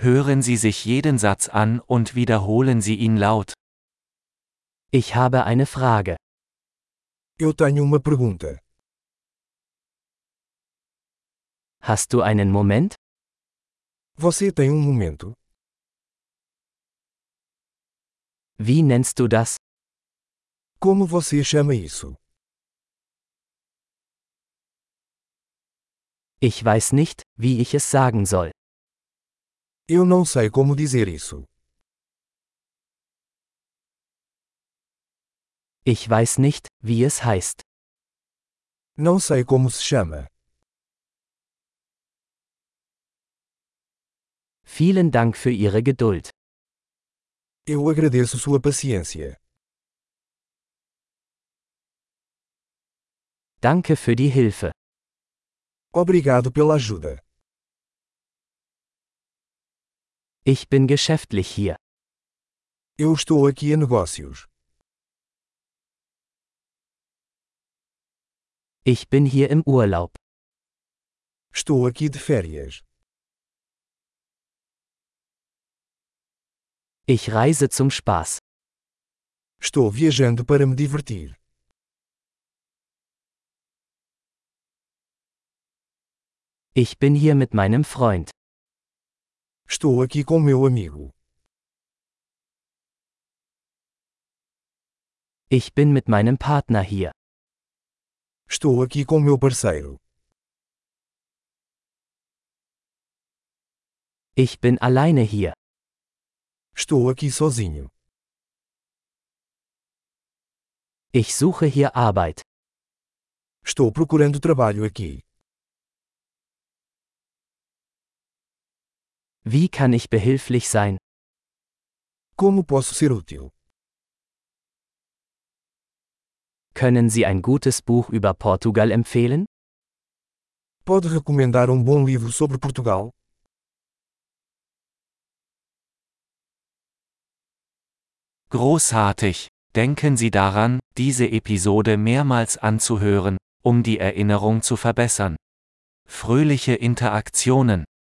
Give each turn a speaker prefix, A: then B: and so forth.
A: Hören Sie sich jeden Satz an und wiederholen Sie ihn laut.
B: Ich habe eine Frage.
C: Eu tenho uma pergunta.
B: Hast du einen Moment?
C: Você tem um momento?
B: Wie nennst du das?
C: Como você chama isso?
B: Ich weiß nicht, wie ich es sagen soll.
C: Eu não sei como dizer isso.
B: Ich weiß nicht, wie es heißt.
C: Não sei como se chama.
B: Vielen Dank für Ihre Geduld.
C: Eu agradeço sua paciência.
B: Danke für die Hilfe.
C: Obrigado pela ajuda.
B: Ich bin geschäftlich hier.
C: Eu estou aqui a negócios.
B: Ich bin hier im Urlaub.
C: Estou aqui de férias.
B: Ich reise zum Spaß.
C: Estou viajando para me divertir.
B: Ich bin hier mit meinem Freund.
C: Estou aqui com meu amigo.
B: Ich bin mit meinem Partner hier.
C: Estou aqui com meu parceiro.
B: Ich bin alleine hier.
C: Estou aqui sozinho.
B: Ich suche hier Arbeit.
C: Estou procurando trabalho aqui.
B: Wie kann ich behilflich sein?
C: Como posso ser útil?
B: Können Sie ein gutes Buch über Portugal empfehlen?
C: Pode recomendar um bom livro sobre Portugal?
A: Großartig! Denken Sie daran, diese Episode mehrmals anzuhören, um die Erinnerung zu verbessern. Fröhliche Interaktionen!